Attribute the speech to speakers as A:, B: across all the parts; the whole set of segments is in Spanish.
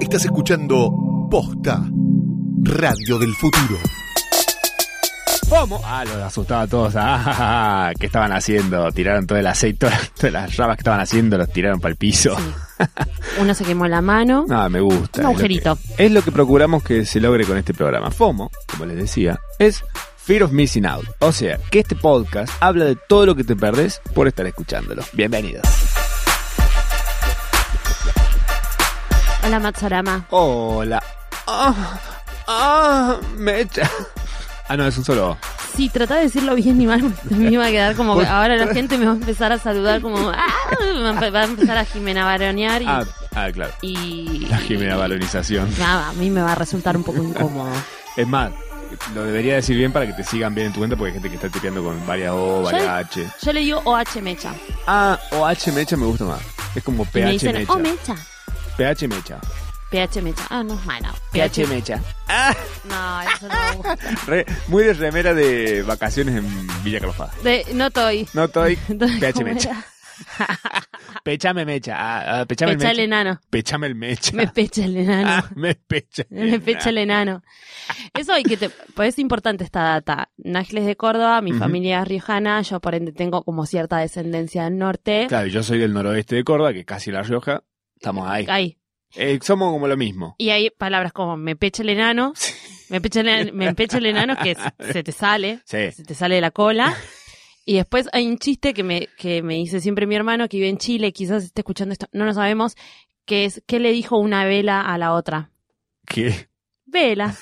A: Estás escuchando Posta, Radio del Futuro.
B: ¿Cómo? Ah, los asustaba a todos. Ah, ja, ja, ja. ¿Qué estaban haciendo? Tiraron todo el aceite, todas, todas las ramas que estaban haciendo, los tiraron para el piso.
C: Uno se quemó la mano.
B: Ah, me gusta.
C: Un
B: es lo que-
C: agujerito.
B: Es lo que procuramos que se logre con este programa. FOMO, como les decía, es Fear of Missing Out. O sea, que este podcast habla de todo lo que te perdés por estar escuchándolo. Bienvenidos.
C: Hola, Matsarama.
B: Hola. Ah, ah, mecha. Ah, no, es un solo. O.
C: Si tratá de decirlo bien y mal, me iba a quedar como que ahora la gente me va a empezar a saludar como... "Ah", Va a empezar a Jimena baronear y...
B: Ah, ah, claro.
C: y-
B: La Jimena Valorización.
C: Nada, a mí me va a resultar un poco incómodo.
B: Es más, lo debería decir bien para que te sigan bien en tu cuenta porque hay gente que está tipeando con varias O, varias H.
C: Yo le digo OH Mecha.
B: Ah, OH mecha me gusta más. Es como
C: Y
B: PH
C: me dicen,
B: mecha.
C: oh, Mecha.
B: PH mecha.
C: PH Mecha. Ah, no es mala.
B: mecha. Ah,
C: No, eso no me gusta.
B: Re- muy de remera de vacaciones en Villa Calafá.
C: De- no estoy.
B: No estoy.
C: Entonces,
B: PH
C: ¿cómo
B: mecha.
C: era?
B: Pechame mecha. Ah, ah, pechame
C: Pecha
B: el
C: el
B: mecha.
C: enano.
B: Pechame el mecha.
C: Me pecha el enano.
B: Ah, me pecha.
C: Me pecha el enano. Eso y que te, pues es importante esta data. Nájles de Córdoba, mi
B: Ujú.
C: familia es riojana, yo por ende tengo como cierta descendencia del norte.
B: Claro, yo soy del noroeste de Córdoba, que casi La Rioja. Estamos ahí.
C: Ahí.
B: Eh, somos como lo mismo.
C: Y hay palabras como me pecha el enano, me pecha el, en- me pecha el enano que se- se te sale,
B: Sí.
C: se te sale de la cola. Y después hay un chiste que me, que me dice siempre mi hermano que vive en Chile, quizás esté escuchando esto, no lo sabemos, que es ¿qué le dijo una vela a la otra?
B: ¿Qué?
C: Vela,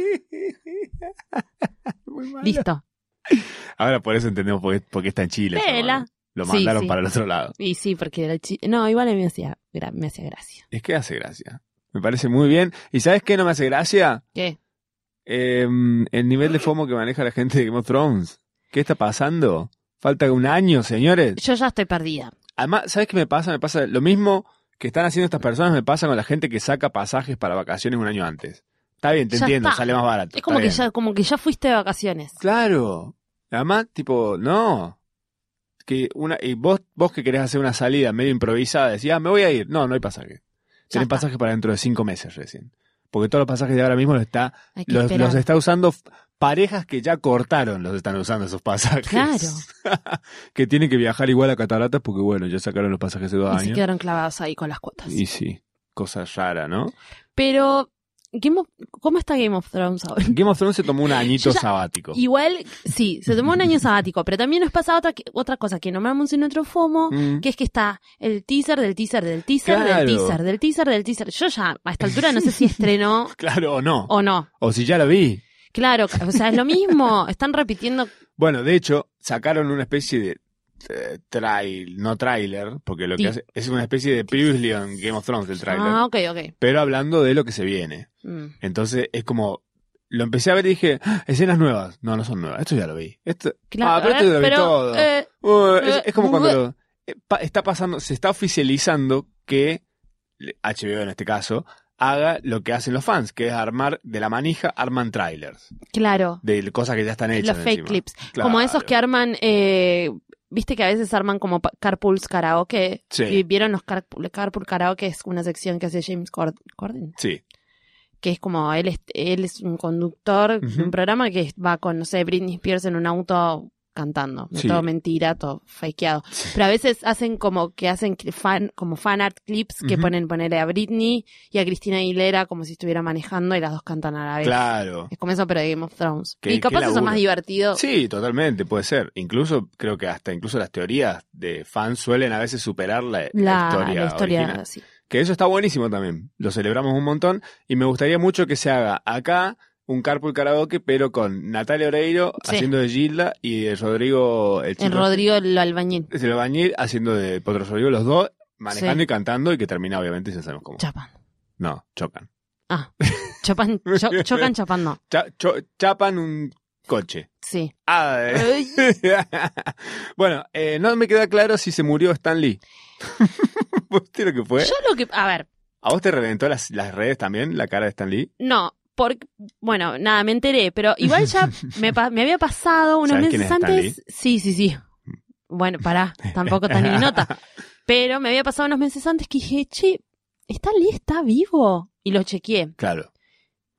B: Muy malo.
C: listo.
B: Ahora por eso entendemos por qué, por qué está en Chile. esa
C: Vela.
B: banda. Lo
C: Sí,
B: mandaron
C: sí.
B: para el otro lado.
C: Y sí, porque era chi- No, igual a mí me hacía, gra- me hacía gracia.
B: Es que hace gracia. Me parece muy bien. ¿Y sabes qué no me hace gracia?
C: ¿Qué?
B: Eh, el nivel de FOMO que maneja la gente de Game of Thrones. ¿Qué está pasando? Falta un año, señores.
C: Yo ya estoy perdida.
B: Además, ¿sabes qué me pasa? Me pasa lo mismo que están haciendo estas personas, me pasa con la gente que saca pasajes para vacaciones un año antes. Está bien, te
C: Ya
B: entiendo,
C: está.
B: sale más barato.
C: Es como
B: está
C: que,
B: bien.
C: ya, como que ya fuiste de vacaciones.
B: Claro. Además, tipo, no. Que una, y vos, vos que querés hacer una salida medio improvisada, decís, ah, me voy a ir. No, no hay pasaje.
C: Ya
B: Tenés
C: está.
B: pasajes para dentro de cinco meses recién. Porque todos los pasajes de ahora mismo los está,
C: Hay que
B: los,
C: esperar.
B: los está usando f- parejas que ya cortaron, los están usando esos pasajes.
C: Claro.
B: que tienen que viajar igual a Cataratas porque, bueno, ya sacaron los pasajes hace dos
C: Y se
B: años.
C: quedaron clavados ahí con las cuotas.
B: Y sí, cosa rara, ¿no?
C: Pero, Game of- ¿cómo está Game of Thrones ahora?
B: Game of Thrones se tomó un añito
C: Yo ya-
B: sabático.
C: Igual, sí, se tomó un año sabático, pero también nos pasa otra, que- otra cosa que nombramos en otro FOMO,
B: Mm.
C: que es que está el teaser del teaser del teaser
B: Claro.
C: del teaser del teaser del teaser. Yo ya, a esta altura, no sé si estrenó
B: Claro o no.
C: o no.
B: O si ya lo vi.
C: Claro, o sea, es lo mismo, están repitiendo
B: Bueno, de hecho, sacaron una especie de eh, trail, no trailer, porque lo que
C: Sí.
B: hace es una especie de previously on Game of Thrones el trailer,
C: Ah, ok, ok.
B: pero hablando de lo que se viene.
C: Mm.
B: Entonces es como lo empecé a ver y dije, "Ah, escenas nuevas. No, no son nuevas. Esto ya lo vi. Esto,
C: Claro,
B: Ah, pero esto
C: eh,
B: ya lo vi todo.
C: eh,
B: Uh, es,
C: Eh,
B: es como
C: bu-
B: cuando lo- eh, pa- está pasando, se está oficializando que le- HBO en este caso haga lo que hacen los fans, que es armar de la manija, arman trailers
C: claro,
B: de cosas que ya están hechas.
C: los fake
B: encima.
C: clips.
B: Claro.
C: Como esos que arman, eh, viste que a veces arman como pa- carpools karaoke.
B: Sí.
C: Y vieron los carpool, carpool karaoke, es una sección que hace James Cord- Corden.
B: Sí,
C: Que es como, él es, él es un conductor de
B: Ujú.
C: un programa que va con, no sé, Britney Spears en un auto cantando.
B: Sí.
C: Todo mentira, todo fakeado. Pero a veces hacen como que hacen cl- fan, como fan art clips que
B: Ujú.
C: ponen ponerle a Britney y a Cristina Aguilera como si estuviera manejando y las dos cantan a la vez.
B: claro.
C: Es como eso, pero de Game of Thrones.
B: Qué-
C: y capaz
B: qué
C: eso es
B: laburo.
C: más divertido.
B: Sí, totalmente, puede ser. Incluso, creo que hasta incluso las teorías de fans suelen a veces superar la, la
C: La,
B: historia.
C: la historia,
B: original.
C: sí.
B: Que eso está buenísimo también. Lo celebramos un montón y me gustaría mucho que se haga acá un carpool karaoke, pero con Natalia Oreiro
C: Sí.
B: haciendo de Gilda y de Rodrigo, el
C: El
B: chico,
C: Rodrigo el albañil.
B: es el albañil, haciendo de Potro Rodrigo, los dos manejando
C: Sí.
B: y cantando y que termina obviamente ya sabemos cómo.
C: Chapan.
B: no, chocan.
C: Ah. Chapan, cho- chocan chapando.
B: Cha- cho- chapan un coche.
C: Sí.
B: Ah, eh.
C: Ay,
B: bueno, eh, no me queda claro si se murió Stan Lee. ¿Viste lo que fue?
C: Yo lo que. A ver,
B: ¿A vos te reventó las, las redes también la cara de Stan Lee?
C: no. Porque, bueno, nada, me enteré, pero igual ya me, pa- me había pasado unos
B: ¿Sabes quién
C: meses
B: es Stan
C: antes. Sí, sí, sí. Bueno, pará, tampoco tan ignota. Pero me había pasado unos meses antes que dije, che, ¿Stan Lee está vivo? Y lo chequeé.
B: Claro.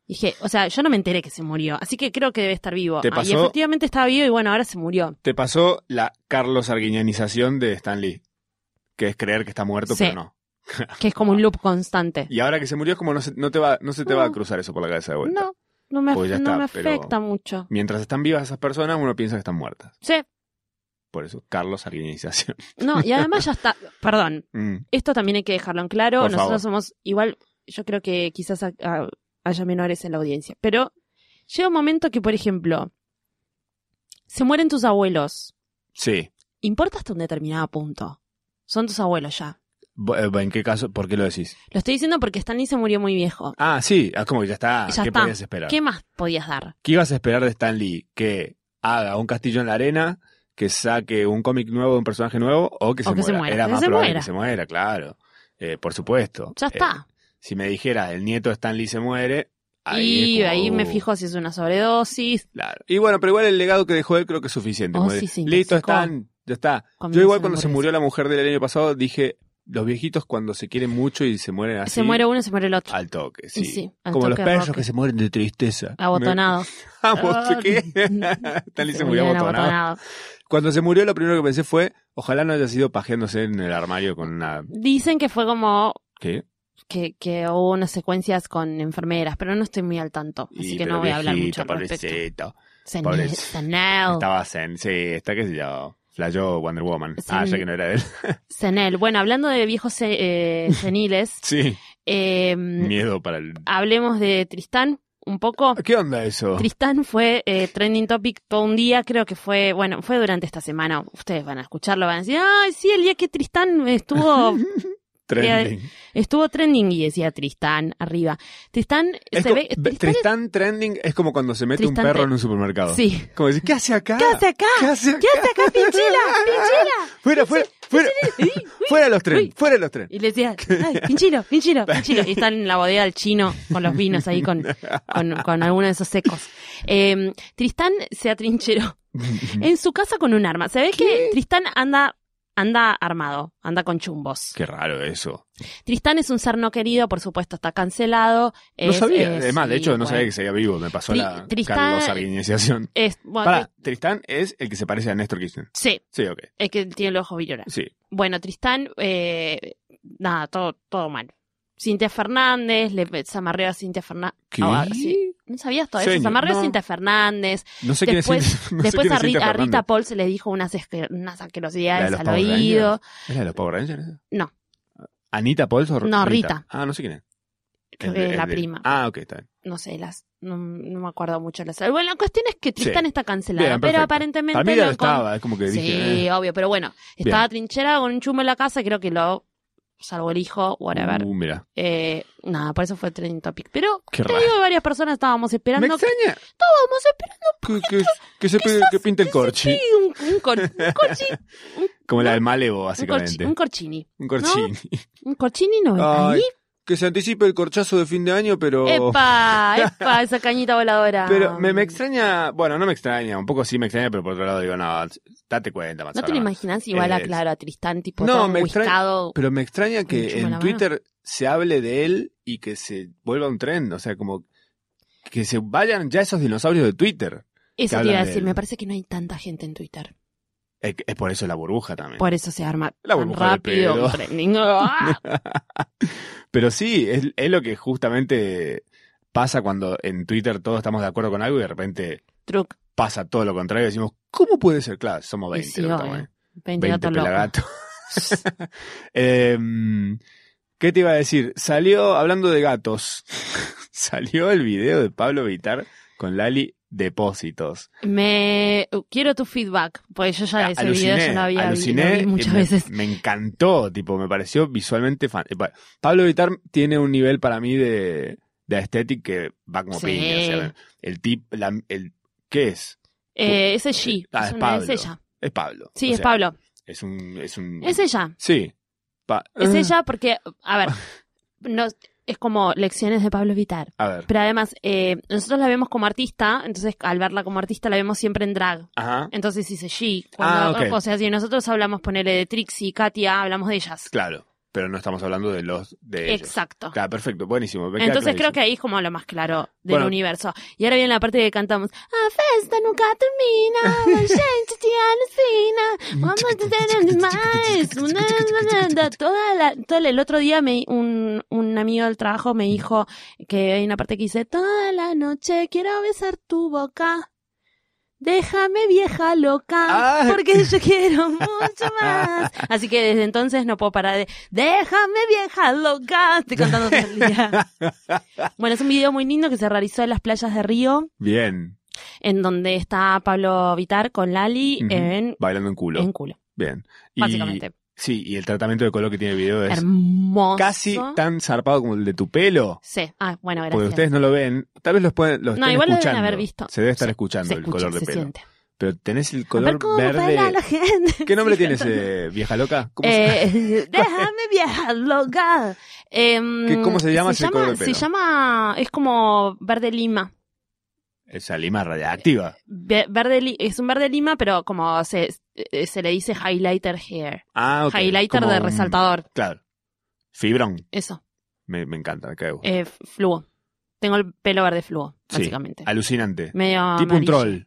C: Dije, o sea, yo no me enteré que se murió, así que creo que debe estar vivo.
B: ¿Te
C: Ah, Y
B: pasó?
C: efectivamente estaba vivo y bueno, ahora se murió.
B: Te pasó la Carlos Arguiñanización de Stan Lee, que es creer que está muerto,
C: Sí.
B: pero no.
C: Que es como un loop constante.
B: Y ahora que se murió es como no se, no te va, no se te va a
C: No.
B: cruzar eso por la cabeza de vuelta.
C: No, no me,
B: Pues ya
C: no
B: está,
C: me
B: pero-
C: afecta mucho.
B: Mientras están vivas esas personas, uno piensa que están muertas.
C: Sí,
B: Por eso, Carlos Arguiñanización.
C: no, y además ya está. Perdón,
B: Mm.
C: esto también hay que dejarlo en claro.
B: Por
C: Nosotros
B: favor.
C: somos igual, yo creo que quizás a- a- haya menores en la audiencia, pero llega un momento que, por ejemplo, se mueren tus abuelos.
B: Sí.
C: Importa hasta un determinado punto. Son tus abuelos ya.
B: Bu- eh, ¿En qué caso? ¿Por qué lo decís?
C: Lo estoy diciendo porque Stan Lee se murió muy viejo.
B: Ah, sí. Ah, como que ya está.
C: Ya
B: ¿Qué
C: está.
B: podías esperar?
C: ¿Qué más podías dar?
B: ¿Qué ibas a esperar de Stan Lee? ¿Que haga un castillo en la arena? ¿Que saque un cómic nuevo, un personaje nuevo? ¿O que se,
C: O que
B: muera?
C: se muera.
B: Era
C: Que
B: más
C: se
B: probable
C: muera.
B: que se muera, claro. Eh, por supuesto.
C: Ya
B: Eh,
C: está.
B: si me dijera, el nieto de Stan Lee se muere... Ahí
C: y
B: es como,
C: ahí me
B: uh,
C: fijo si es una sobredosis.
B: claro. Y bueno, pero igual el legado que dejó él creo que es suficiente.
C: Oh,
B: Como de,
C: sí, sí,
B: Listo,
C: intoxicó.
B: Stan. Ya está.
C: Cuando
B: Yo igual
C: se
B: cuando se
C: murió.
B: murió la mujer del año pasado dije, los viejitos cuando se quieren mucho y se mueren así...
C: Se muere uno, se muere el otro.
B: Al toque, Ah, sí.
C: Y sí, al
B: Como
C: toque
B: los perros
C: roque.
B: que se mueren de tristeza.
C: Abotonado.
B: Ah, ¿vos qué?
C: Ah.
B: Stan Lee se murió abotonado. Cuando se murió, lo primero que pensé fue, ojalá no haya sido pajeándose en el armario con una...
C: Dicen que fue como
B: ¿Qué?
C: que, que hubo unas secuencias con enfermeras, pero no estoy muy al tanto, así
B: Y,
C: que
B: pero
C: no voy a hablar mucho
B: viejito,
C: al respecto.
B: pobrecito.
C: Senil-
B: pobre-
C: Senel,
B: Estaba zen, sí, está que se yo. Flayó Wonder Woman.
C: Sí.
B: Ah, ya que no era él.
C: Senel. Bueno, hablando de viejos se- eh, seniles,
B: Sí,
C: eh,
B: miedo para el...
C: hablemos de Tristán un poco.
B: ¿Qué onda eso?
C: Tristán fue eh, trending topic todo un día, creo que fue, bueno, fue durante esta semana. Ustedes van a escucharlo, van a decir, ay, sí, el día que Tristán estuvo
B: Trending.
C: Estuvo trending y decía Tristán arriba. Tristán
B: Es
C: se
B: como-
C: ve.
B: ve-
C: Tristán,
B: Tristán trending es como cuando se mete
C: Tristán
B: un perro
C: tre-
B: en un supermercado.
C: sí.
B: Como decir, ¿qué hace acá?
C: ¿Qué hace acá?
B: ¿Qué hace acá?
C: ¿Qué hace acá, Pinchila? ¡Pinchila!
B: Fuera, fuera, fuera,
C: Uy, uy.
B: fuera los trenes,
C: Uy.
B: fuera los trenes.
C: Y le decía, ay, pinchilo, pinchilo, pinchilo. Y están en la bodega del chino con los vinos ahí con, con, con alguno de esos secos. Eh, Tristán se atrincheró en su casa con un arma. Se ve que Tristán anda, anda armado, anda con chumbos.
B: Qué raro eso.
C: Tristán es un ser no querido, por supuesto, está cancelado.
B: No
C: Es-
B: sabía.
C: es-
B: Además, de
C: sí,
B: hecho, no
C: bueno.
B: sabía que seguía vivo. Me pasó
C: Tri-
B: la
C: Tristán-
B: Carlos Arguiñanización.
C: Es, bueno,
B: Pará, Tristán es el que se parece a Néstor Kirchner.
C: Sí,
B: Sí, ok.
C: es que tiene los ojos villora.
B: Sí.
C: Bueno, Tristán, eh, nada, todo, todo mal. Cintia Fernández, le zamarreó a Cintia Fernández.
B: ¿Qué?
C: Ah, ¿No sabías todo eso?
B: Señor,
C: Zamarreó
B: no.
C: a Cintia Fernández.
B: No sé quién
C: Después-
B: es. no sé
C: Después
B: quién
C: a,
B: es Cintia
C: Ri- a Rita
B: Fernández.
C: Paul se le dijo unas, esque-
B: ¿La
C: unas
B: de
C: asquerosidades
B: los
C: al
B: Power
C: oído.
B: ¿Es la de los Power Rangers? esa?
C: No.
B: ¿Anita Paul o
C: No, Rita.
B: Ah, no sé quién es.
C: Creo
B: El
C: que
B: de-
C: es la
B: el de-
C: prima.
B: Ah, ok, está bien.
C: No sé, las no, no me acuerdo mucho. Las, bueno, la cuestión es que Tristán
B: Sí.
C: está cancelada,
B: Bien,
C: pero
B: perfecto.
C: aparentemente...
B: Para mí ya
C: lo
B: lo
C: encon-
B: estaba, es como que
C: Sí,
B: dije. eh,
C: obvio, pero bueno, estaba trincherado con un chumbo en la casa, creo que lo salvo el hijo, whatever.
B: uh, mira,
C: Eh, nada, por eso fue trending topic. Pero
B: qué
C: te
B: raro.
C: digo que varias personas estábamos
B: ¿Me
C: esperando.
B: extraña?
C: Estábamos esperando
B: Que, que- que se pegue- que pinte el corchi.
C: un, un, cor- un corchi,
B: Como la del Malevo,
C: un, corchi-
B: básicamente.
C: un corchini.
B: Un corchín.
C: Un corchini no.
B: Ay,
C: Ahí.
B: Que se anticipe el corchazo de fin de año, pero.
C: Epa, epa, esa cañita voladora.
B: Pero me, me extraña. Bueno, no me extraña. Un poco sí me extraña, pero por otro lado digo, no, date cuenta,
C: ¿No
B: Manzana.
C: te lo imaginas igual a
B: Es-
C: Claro, a Tristán, tipo
B: No,
C: todo
B: me extraña-
C: buscado?
B: Pero me extraña
C: Un
B: que
C: chuma en la
B: en
C: mano.
B: Twitter se hable de él y que se vuelva un tren. O sea, como. Que se vayan ya esos dinosaurios de Twitter.
C: Eso
B: que
C: te iba
B: hablan
C: a
B: de
C: decir,
B: él.
C: me parece que no hay tanta gente en Twitter.
B: Es, es por eso la burbuja también.
C: Por eso se arma
B: La
C: tan
B: burbuja del
C: rápido.
B: pedo.
C: un trending. ¡Ah!
B: Pero sí, es, es lo que justamente pasa cuando en Twitter todos estamos de acuerdo con algo y de repente
C: Truc,
B: pasa todo lo contrario. Decimos, ¿cómo puede ser? Claro, somos
C: Y
B: 20.
C: sí,
B: lo que estamos,
C: obvio.
B: ¿eh? 20
C: 20 gatos locos.
B: pelagatos. Em, ¿Qué te iba a decir? Salió, hablando de gatos, salió el video de Pablo Vitar con Lali Depósitos.
C: Me uh, quiero tu feedback, porque yo ya Ah, ese
B: Ah, aluciné,
C: video ya lo había vi- lo
B: aluciné
C: vi
B: y
C: muchas
B: me,
C: veces.
B: Me encantó, tipo, me pareció visualmente fan. eh, pa- Pablo Vitar tiene un nivel para mí de, de aesthetic que va como
C: Sí.
B: piña. o sea, el tip, la- el, ¿qué es?
C: Eh, ese G,
B: Ah,
C: es,
B: es
C: una- es
B: Pablo.
C: ella.
B: Es Pablo.
C: Sí,
B: O
C: es
B: sea, eh.
C: Pablo.
B: Es un, es un.
C: Es ella.
B: Sí. Pa- eh,
C: Es ella porque, a ver, no, es como lecciones de Pablo Vitar.
B: A ver.
C: Pero además, eh, nosotros la vemos como artista, entonces al verla como artista la vemos siempre en drag.
B: Ajá.
C: Entonces dice G.
B: Ah,
C: Cuando-
B: ok.
C: O sea, si nosotros hablamos, ponele de Trixie, Katia, hablamos de ellas.
B: Claro. pero no estamos hablando de los de ellos.
C: Exacto.
B: Está perfecto, buenísimo. me queda
C: Entonces creo
B: clarísimo.
C: que ahí es como lo más claro del
B: Bueno.
C: universo. Y ahora viene la parte que cantamos. A festa nunca termina, la gente te alucina, vamos a tener más, una, una, una". Toda la- todo el otro día me, un, un amigo del trabajo
B: Mm.
C: me dijo que hay una parte que dice, toda la noche quiero besar tu boca. Déjame vieja loca,
B: Ah.
C: porque yo quiero mucho más. Así que desde entonces no puedo parar de Déjame vieja loca, estoy cantando todo el día. Bueno, es un video muy lindo que se realizó en las playas de Río,
B: Bien.
C: en donde está Pablo Vitar con Lali
B: Ujú.
C: en,
B: Bailando en culo.
C: en culo,
B: Bien. Y-
C: básicamente.
B: Sí, y el tratamiento de color que tiene el video es
C: Hermoso.
B: casi tan zarpado como el de tu pelo.
C: Sí, ah, bueno,
B: Porque
C: gracias.
B: ustedes no lo ven, tal vez los pueden, los
C: No,
B: estén
C: igual lo deben
B: escuchando.
C: haber visto.
B: Se debe estar
C: Sí,
B: escuchando
C: se
B: el
C: escucha,
B: color de
C: se
B: pelo.
C: siente.
B: Pero tenés el
C: A ver
B: color
C: cómo baila
B: verde.
C: la gente.
B: ¿Qué nombre
C: Sí,
B: tiene
C: cantando.
B: ese vieja loca? ¿Cómo se-
C: Eh, déjame vieja loca. Em,
B: ¿Qué- cómo se llama
C: Se
B: ese color
C: llama,
B: de
C: se
B: pelo?
C: llama, es como verde lima.
B: Esa lima radiactiva.
C: Ve- Verde li- es un verde lima, pero como se, eh, se le dice highlighter hair.
B: Ah, ok.
C: Highlighter
B: Como
C: de
B: un-
C: resaltador.
B: Claro. Fibrón.
C: Eso.
B: Me, me encanta, me cae de gusto.
C: Eh, fluo. Tengo el pelo verde fluo,
B: Sí.
C: básicamente.
B: Alucinante.
C: Medio
B: tipo un
C: Ah, amarillo. Pues
B: troll.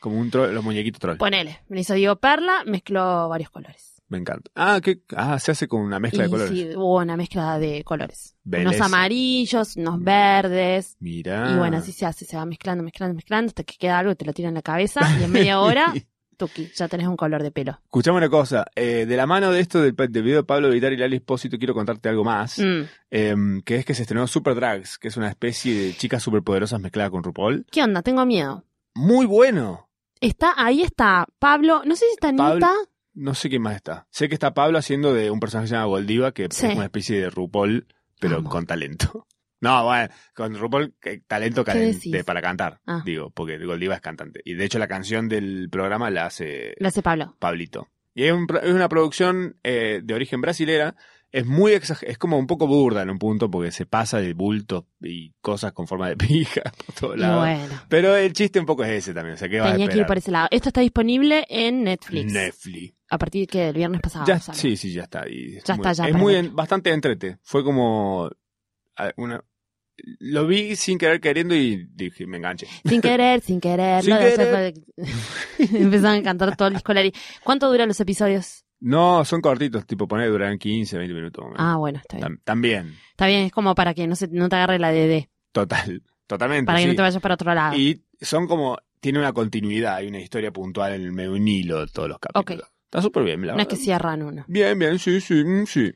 B: Como un troll, los muñequitos troll.
C: Ponele. Me hizo Diego Perla, mezcló varios colores.
B: Me encanta. Ah, ¿qué? ah, se hace con una mezcla de
C: y
B: colores.
C: sí, hubo una mezcla de colores.
B: Belleza. Ah.
C: Unos amarillos, unos verdes.
B: Mirá.
C: Y bueno, así se hace. Se va mezclando, mezclando, mezclando hasta que queda algo que te lo tira en la cabeza. Y en media hora, tuki, ya tenés un color de pelo.
B: Escuchame una cosa. eh, de la mano de esto del, pa- del video de Pablo Vitar y Lali Espósito, quiero contarte algo más.
C: Mm.
B: em, que es que se estrenó Super Drags, que es una especie de chicas superpoderosas mezclada con RuPaul.
C: ¿Qué onda? Tengo miedo.
B: Muy bueno.
C: Está, ahí está Pablo, no sé si está Anita.
B: Pablo- No sé quién más está. Sé que está Pablo haciendo de un personaje que se llama Goldiva, que
C: Sí.
B: es una especie de RuPaul, pero
C: Amo.
B: con talento. No, bueno, con RuPaul, que- talento
C: ¿Qué
B: calen-
C: decís?
B: de- para cantar,
C: Ah.
B: digo, porque Goldiva es cantante. Y de hecho la canción del programa la hace
C: Lo hace Pablo.
B: Pablito. Y es, un pro- es una producción eh, de origen brasilera. Es muy exager- es como un poco burda en un punto porque se pasa de bulto y cosas con forma de pija por todos
C: Y
B: lados.
C: bueno,
B: Pero el chiste un poco es ese también, o sea, ¿qué vas a
C: tenía que ir
B: esperar?
C: por ese lado. Esto está disponible en Netflix.
B: Netflix.
C: a partir que del viernes pasado.
B: ya,
C: sale.
B: sí, sí, ya está. Y es
C: Ya
B: muy,
C: está, ya
B: es muy
C: perdón.
B: en- bastante entrete. Fue como a- una lo vi sin querer queriendo y dije, me enganché.
C: Sin querer, sin querer.
B: Sin
C: lo de ayer
B: querer.
C: fue- Empezaron a cantar todo el disco Larry. ¿Cuánto duran los episodios?
B: No, son cortitos, tipo poner duran 15, 20 minutos.
C: Ah, bueno, está bien.
B: Tam- también,
C: Está bien, es como para que no, se, no te agarre la DD.
B: total, totalmente.
C: Para que no
B: sí.
C: te vayas para otro lado.
B: Y son como, tiene una continuidad, hay una historia puntual en el medio de un hilo de todos los capítulos. Está súper bien, la
C: No es
B: verdad.
C: que cierran uno.
B: Bien, bien, sí, sí, mm, sí.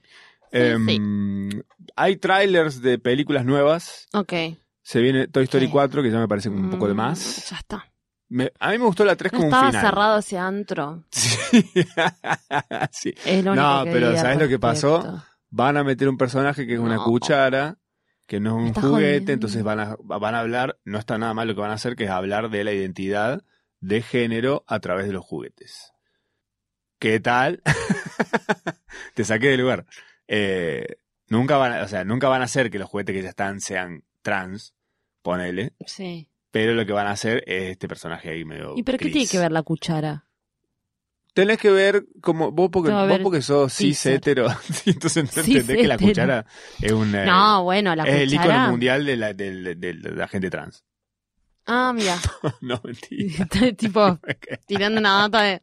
B: Em, Hay trailers de películas nuevas.
C: Ok.
B: Se viene Toy Story
C: Sí.
B: 4, que ya me parece un poco de
C: Mm,
B: más.
C: Ya está.
B: Me- a mí me gustó la 3
C: No
B: como
C: estaba
B: un final.
C: cerrado ese antro.
B: Sí. Sí.
C: Es lo único
B: No,
C: que
B: pero
C: diría al
B: ¿sabes lo que pasó?
C: respecto.
B: Van a meter un personaje que es una
C: No.
B: cuchara, que no es
C: Me
B: un
C: estás
B: juguete,
C: jodiendo.
B: entonces van a, van a hablar, no está nada mal lo que van a hacer, que es hablar de la identidad de género a través de los juguetes. ¿Qué tal? Te saqué del lugar. Eh, nunca van a, o sea, nunca van a hacer que los juguetes que ya están sean trans, ponele,
C: Sí.
B: pero lo que van a hacer es este personaje ahí medio.
C: ¿Y pero qué
B: gris.
C: tiene que ver la cuchara?
B: Tenés que ver como vos porque,
C: Te va a
B: vos
C: ver
B: porque sos cis
C: teaser.
B: hetero, entonces no
C: Cis
B: entendés que la
C: hetero.
B: cuchara es un eh,
C: No, bueno, la
B: es el
C: cuchara.
B: ícono mundial de la, del- del- de la gente trans.
C: Ah, mira.
B: no, mentira.
C: Está tipo tirando una data de.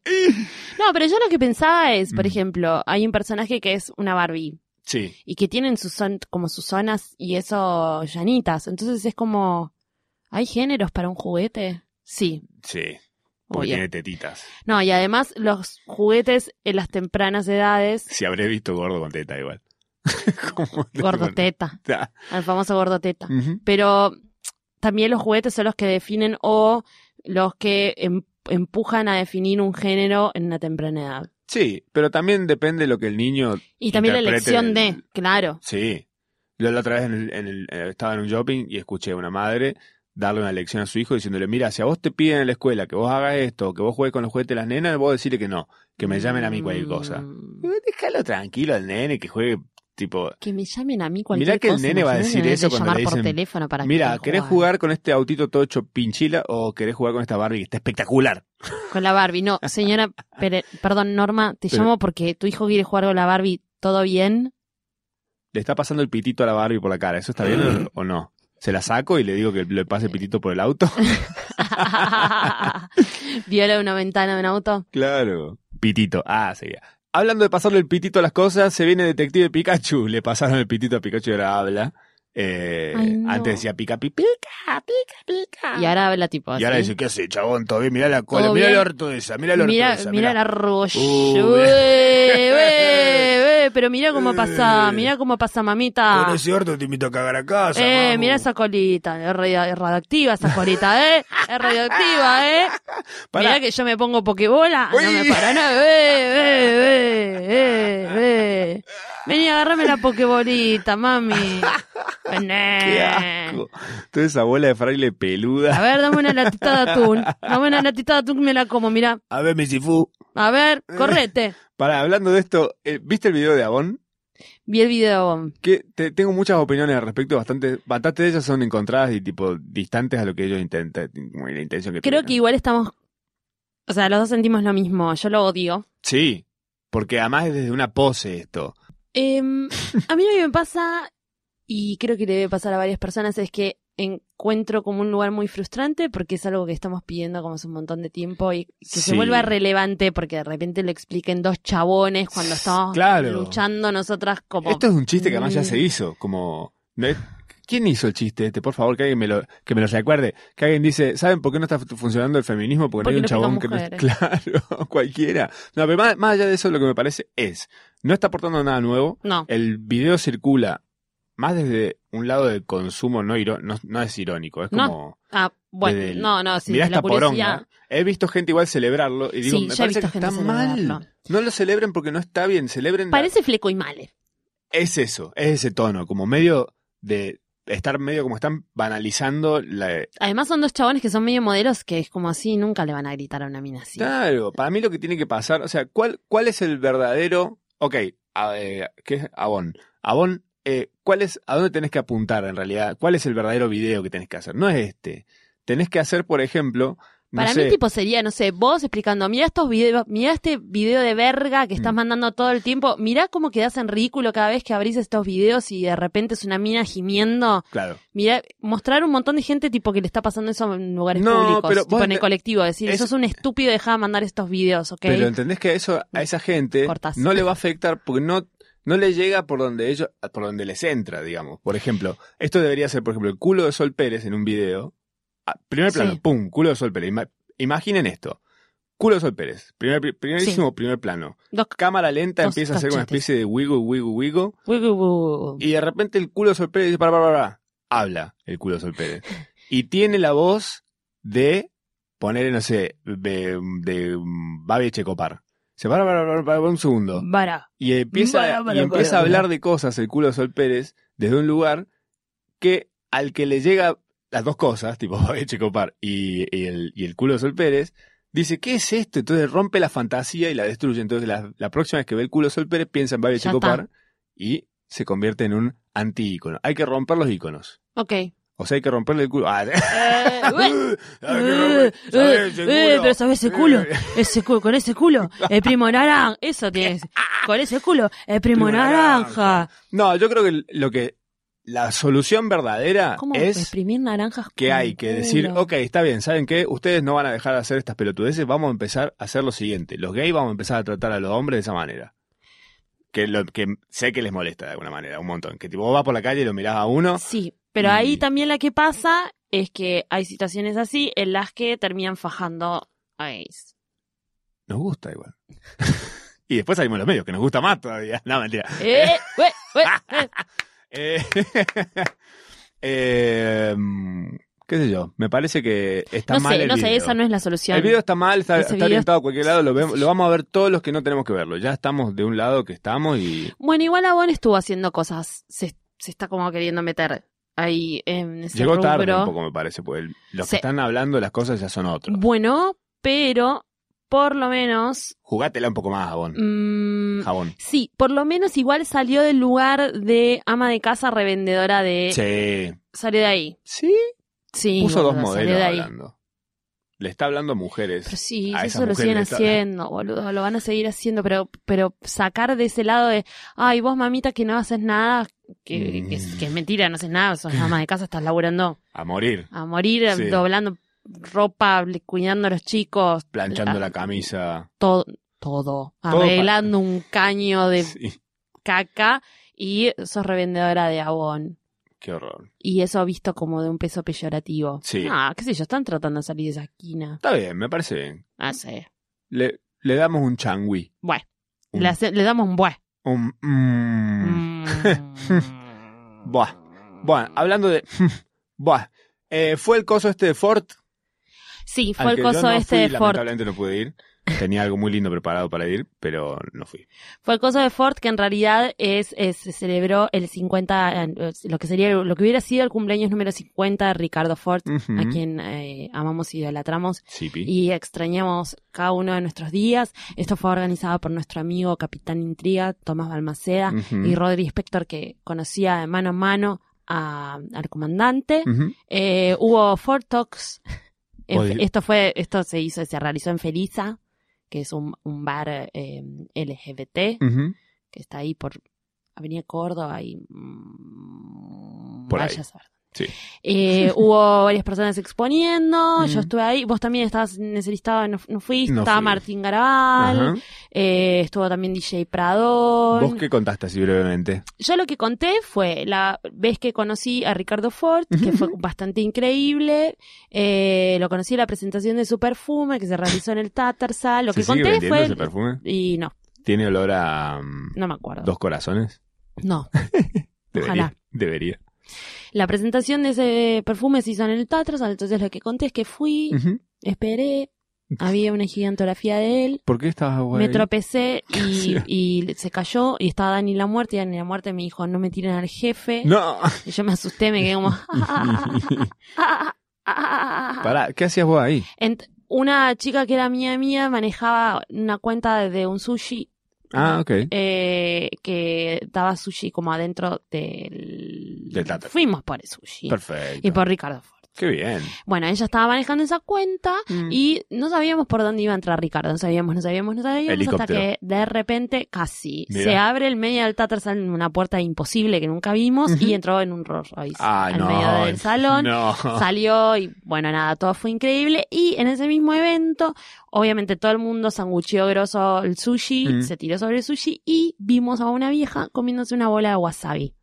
C: No, pero yo lo que pensaba es, por
B: Mm.
C: ejemplo, hay un personaje que es una Barbie
B: Sí,
C: y que tienen sus zon- como sus zonas y eso llanitas. Entonces es como. ¿Hay géneros para un juguete? Sí.
B: sí, porque
C: Obvio.
B: tiene tetitas.
C: No, y además los juguetes en las tempranas edades,
B: Si habré visto gordo con teta igual. Como-
C: gordo teta,
B: Ah,
C: el famoso gordo teta.
B: ujú.
C: Pero también los juguetes son los que definen o los que em- empujan a definir un género en una temprana edad.
B: Sí, pero también depende de lo que el niño...
C: Y también la
B: Interprete
C: elección
B: el-
C: de, claro.
B: Sí. Yo la otra vez en el- en el- eh, estaba en un shopping y escuché a una madre darle una lección a su hijo diciéndole, mira, si a vos te piden en la escuela que vos hagas esto, que vos juegues con los juguetes de las nenas, vos decirle que no, que me llamen a mí cualquier cosa.
C: Mm,
B: Déjalo tranquilo al nene que juegue, tipo,
C: Que me llamen a mí cualquier cosa.
B: Mirá que el nene va a decir
C: imagínate tener
B: eso
C: que
B: cuando
C: llamar
B: le
C: por
B: dicen,
C: teléfono para que
B: Mira,
C: puedan
B: ¿querés jugar con este autito todo hecho pinchila o querés jugar con esta Barbie que está espectacular?
C: Con la Barbie. No, señora, pere- perdón, Norma, te
B: Pero-
C: llamo porque tu hijo quiere jugar con la Barbie. ¿Todo bien?
B: le está pasando el pitito a la Barbie por la cara. ¿Eso está bien
C: Mm.
B: o o no? ¿Se la saco y le digo que le
C: Eh.
B: pase el pitito por el auto?
C: Viola una ventana de un auto.
B: Claro. Pitito. Ah, sería. Hablando de pasarle el pitito a las cosas, se viene Detective Pikachu. Le pasaron el pitito a Pikachu y ahora habla. Eh,
C: Ay, no.
B: Antes decía pica, pi, pica, pica, pica.
C: Y ahora habla tipo así.
B: Y ahora dice, ¿qué hace, chabón? Todo bien, mirá la cola,
C: Todo
B: mirá el
C: bien.
B: orto de esa, mirá el orto de
C: mira,
B: esa.
C: mira
B: mirá".
C: la roya.
B: Uh,
C: Ué,
B: bien.
C: ué, ué, pero mira cómo pasa,
B: Eh.
C: mira cómo pasa mamita.
B: Con ese orto te invito a cagar a casa.
C: Eh,
B: vamos.
C: mira esa colita, es radio- es radioactiva esa colita, eh, es radioactiva, eh.
B: Pará.
C: Mirá que yo me pongo pokebola,
B: Uy.
C: no me para nada, eh, eh, eh, eh, eh. Vení, agarrame la pokebolita, mami. Vené.
B: Qué asco. Toda esa bola de fraile
C: A
B: peluda.
C: ver, dame una latita de atún. Dame una latita de atún que me la como, mira.
B: A ver, mi sifú.
C: A ver, correte.
B: Para, hablando de esto, eh, ¿viste el video de Avon?
C: Vi el video.
B: Que te- tengo muchas opiniones al respecto, bastante, bastante de ellas son encontradas y tipo distantes a lo que ellos intentan, como la intención que
C: Creo
B: tuvieron.
C: que igual estamos. O sea, los dos sentimos lo mismo. Yo lo odio.
B: Sí, porque además es desde una pose esto.
C: Em, a mí lo que me pasa, y creo que le debe pasar a varias personas, es que encuentro como un lugar muy frustrante porque es algo que estamos pidiendo como hace un montón de tiempo y que
B: Sí.
C: se vuelva relevante porque de repente lo expliquen dos chabones cuando estamos
B: Claro.
C: luchando nosotras como...
B: Esto es un chiste que además ya
C: Mm.
B: se hizo, como... ¿no es- ¿Quién hizo el chiste este? Por favor, que alguien me lo, que me lo recuerde. Que alguien dice, ¿saben por qué no está fu- funcionando el feminismo? Porque, no hay un
C: Porque
B: chabón
C: lo
B: que no...
C: explican
B: Claro, cualquiera. No, pero más, más allá de eso, lo que me parece es, no está aportando nada nuevo,
C: No,
B: el video circula más desde un lado del consumo, no, iro- no, no es irónico, es
C: No.
B: como...
C: ah, bueno,
B: Desde el-
C: no, no, sí,
B: mirá
C: la
B: esta
C: curiosidad...
B: poronga. He visto gente igual celebrarlo y digo,
C: Sí,
B: me
C: ya he
B: parece que
C: visto
B: está
C: gente celebrarlo.
B: mal. No lo celebren porque no está bien, celebren... la-
C: Parece fleco y male.
B: Es eso, es ese tono, como medio de estar medio como están banalizando la...
C: Además son dos chabones que son medio modelos que es como así, nunca le van a gritar a una mina así.
B: Claro, para mí lo que tiene que pasar, o sea, ¿cuál, cuál es el verdadero... Ok, a- eh, ¿qué es Avon? Avon, eh, ¿cuál es, ¿a dónde tenés que apuntar en realidad? ¿Cuál es el verdadero video que tenés que hacer? No es este. Tenés que hacer, por ejemplo... No
C: Para
B: sé,
C: mí tipo sería, no sé, vos explicando, mira estos videos, mira este video de verga que estás
B: Mm.
C: mandando todo el tiempo, mira cómo quedás en ridículo cada vez que abrís estos videos y de repente es una mina gimiendo,
B: Claro.
C: mira, mostrar un montón de gente tipo que le está pasando eso en lugares
B: No,
C: públicos,
B: pero
C: tipo
B: vos
C: en
B: ent-
C: el colectivo, decir,
B: es-
C: eso es un estúpido, deja de mandar estos videos, ¿ok? Mm.
B: Pero entendés que eso a esa gente
C: Cortás.
B: no le va a afectar porque no, no le llega por donde ellos, por donde les entra, digamos. Por ejemplo, esto debería ser, por ejemplo, el culo de Sol Pérez en un video. Ah, primer plano,
C: Sí.
B: pum, culo de Sol Pérez. Ima- imaginen esto. Culo de Sol Pérez, primer, pri- primerísimo primer plano.
C: Dos-
B: Cámara lenta
C: Dos
B: empieza a hacer una
C: cachetes.
B: especie de wiggle, wiggle, wiggle.
C: Uy, uy, uy.
B: Y de repente el culo de Sol Pérez dice, para, para, para. Habla el culo de Sol Pérez. Y tiene la voz de ponerle, no sé, de, de mm, Babi Checopar. Se para, para, para, para, un segundo.
C: Vara.
B: Y empieza,
C: Para, para,
B: y empieza
C: para,
B: a hablar de cosas el culo de Sol Pérez desde un lugar que al que le llega las dos cosas, tipo Babi Checopar y, y el, y el culo de Sol Pérez, dice, ¿qué es esto? Entonces rompe la fantasía y la destruye. Entonces la, la próxima vez que ve el culo de Sol Pérez piensa en Babi
C: Ya
B: Checopar y se convierte en un anti-ícono. Hay que romper los íconos.
C: Ok. Eh,
B: O sea, hay que romperle el culo. Ah,
C: ué.
B: hay que romper-
C: Eh,
B: ¿sabes ese
C: eh,
B: culo?
C: pero sabes ese culo, ese culo, con ese culo, el primo naranja, eso tienes, con ese culo, el primo,
B: Primo
C: naranja.
B: No, yo creo que lo que la solución verdadera
C: ¿Cómo
B: es
C: exprimir naranjas?
B: que
C: con
B: hay
C: el
B: que decir, "Oh,
C: culo?
B: ok, está bien, ¿saben qué? Ustedes no van a dejar de hacer estas pelotudeces, vamos a empezar a hacer lo siguiente. Los gays vamos a empezar a tratar a los hombres de esa manera. Que, lo, que sé que les molesta de alguna manera, un montón. Que tipo, vos vas por la calle y lo mirás a uno.
C: Sí, pero
B: Y-
C: ahí también la que pasa es que hay situaciones así en las que terminan fajando a gays.
B: Nos gusta igual. y después salimos los medios, que nos gusta más todavía. No, mentira.
C: Eh, ué, ué,
B: Ah,
C: eh.
B: Eh, eh, mm, ¿Qué sé yo? Me parece que está
C: No
B: mal
C: sé,
B: el
C: no sé,
B: video.
C: esa no es la solución.
B: El video está mal, está,
C: Ese
B: está
C: video-
B: orientado a cualquier lado, lo, vemos- lo vamos a ver todos los que no tenemos que verlo. Ya estamos de un lado que estamos y...
C: Bueno, igual Avon estuvo haciendo cosas, se, se está como queriendo meter ahí en ese
B: Llegó tarde
C: rubro.
B: un poco, me parece, porque el- los que
C: Sí.
B: están hablando las cosas ya son otros.
C: Bueno, pero por lo menos.
B: Jugátela un poco más, Jabón.
C: mm,
B: Jabón.
C: sí, por lo menos igual salió del lugar de ama de casa revendedora de.
B: Sí.
C: Salió de ahí.
B: Sí.
C: Sí.
B: Puso dos
C: boluda, salió
B: modelos
C: de ahí.
B: hablando. le está hablando a mujeres.
C: Pero sí,
B: a esas
C: eso lo
B: mujeres
C: siguen
B: le está-
C: haciendo, boludo, lo van a seguir haciendo, pero, pero sacar de ese lado de, ay, vos mamita que no haces nada, que,
B: Mm.
C: que es, que es mentira, no haces nada, sos ama de casa, estás laburando
B: A morir,
C: a morir,
B: Sí.
C: doblando ropa, le- cuidando a los chicos,
B: planchando la
C: a-
B: camisa.
C: todo, todo,
B: Todo
C: arreglando un caño de
B: Sí,
C: caca y sos revendedora de abón.
B: qué horror.
C: Y eso visto como de un peso peyorativo.
B: Sí.
C: Ah, qué sé yo, están tratando de salir de esa esquina.
B: Está bien, me parece bien.
C: Ah, sí.
B: Le, le damos un changui.
C: Bueno,
B: Un-
C: le, hace- le damos un bué.
B: Un... mm.
C: Mm.
B: Buah. Bueno, hablando de... Buah. Eh, ¿Fue el coso este de Ford?
C: Sí,
B: al
C: fue el
B: que yo
C: coso
B: no
C: este
B: fui,
C: de Ford.
B: Lamentablemente no pude ir. Tenía algo muy lindo preparado para ir, pero no fui.
C: Fue el coso de Ford que en realidad es, es- se celebró el 50, an- eh, lo que sería, lo que hubiera sido el cumpleaños número 50 de Ricardo Ford,
B: Ujú.
C: a quien eh, amamos y idolatramos
B: Sipi.
C: y extrañamos cada uno de nuestros días. Esto fue organizado por nuestro amigo Capitán Intriga, Tomás Balmaceda
B: Ujú.
C: y Rodri Spector, que conocía de mano a mano a- al comandante.
B: Ujú.
C: Eh, hubo Four Talks. En-
B: Oye.
C: esto fue, esto se hizo, se realizó en Feliza, que es un, un bar eh, LGBT,
B: Ujú.
C: que está ahí por Avenida Córdoba y mm,
B: Por ahí.
C: vaya a saber.
B: Sí.
C: Eh, hubo varias personas exponiendo,
B: Mm.
C: yo estuve ahí, vos también estabas en ese listado, no, no fuiste,
B: No
C: estaba
B: fui.
C: Martín Garabal,
B: Ajá.
C: eh, estuvo también DJ Pradón.
B: ¿Vos qué contaste así brevemente?
C: Yo lo que conté fue la vez que conocí a Ricardo Ford, que fue bastante increíble. Eh, lo conocí en la presentación de su perfume que se realizó en el Tattersall. Lo
B: ¿Se
C: que
B: sigue
C: conté
B: vendiendo
C: fue.
B: ese perfume?
C: Y no,
B: ¿Tiene olor a mm,
C: no me acuerdo.
B: dos corazones?
C: No.
B: Debería.
C: Ojalá.
B: Debería.
C: La presentación de ese perfume se hizo en el Tattersall. Entonces lo que conté es que fui,
B: Ujú.
C: esperé, había una gigantografía de él.
B: ¿Por qué estabas
C: Me
B: guay?
C: tropecé
B: Sí.
C: y, y se cayó y estaba Dani la muerte y Dani la muerte me dijo no me tiren al jefe
B: No.
C: y yo me asusté me quedé como "Ah".
B: Pará, ¿qué hacías vos ahí?
C: Ent- una chica que era mía mía manejaba una cuenta de un sushi
B: Ah, ok.
C: eh, que daba sushi como adentro del...
B: Del tupper.
C: Fuimos por el sushi.
B: Perfecto.
C: Y por Ricardo Ford.
B: Qué bien.
C: Bueno, ella estaba manejando esa cuenta
B: Mm.
C: Mm. y no sabíamos por dónde iba a entrar Ricardo. No sabíamos, no sabíamos, no sabíamos. Hasta
B: Helicóptero.
C: que de repente casi
B: Mirá.
C: se abre el medio del Tattersall en una puerta imposible que nunca vimos
B: Ujú.
C: y entró en un Rolls Royce.
B: Ah,
C: al
B: no.
C: medio del salón
B: No.
C: salió y bueno, nada, todo fue increíble. Y en ese mismo evento, obviamente todo el mundo sangucheó grosso el sushi,
B: Mm.
C: se tiró sobre el sushi y vimos a una vieja comiéndose una bola de wasabi.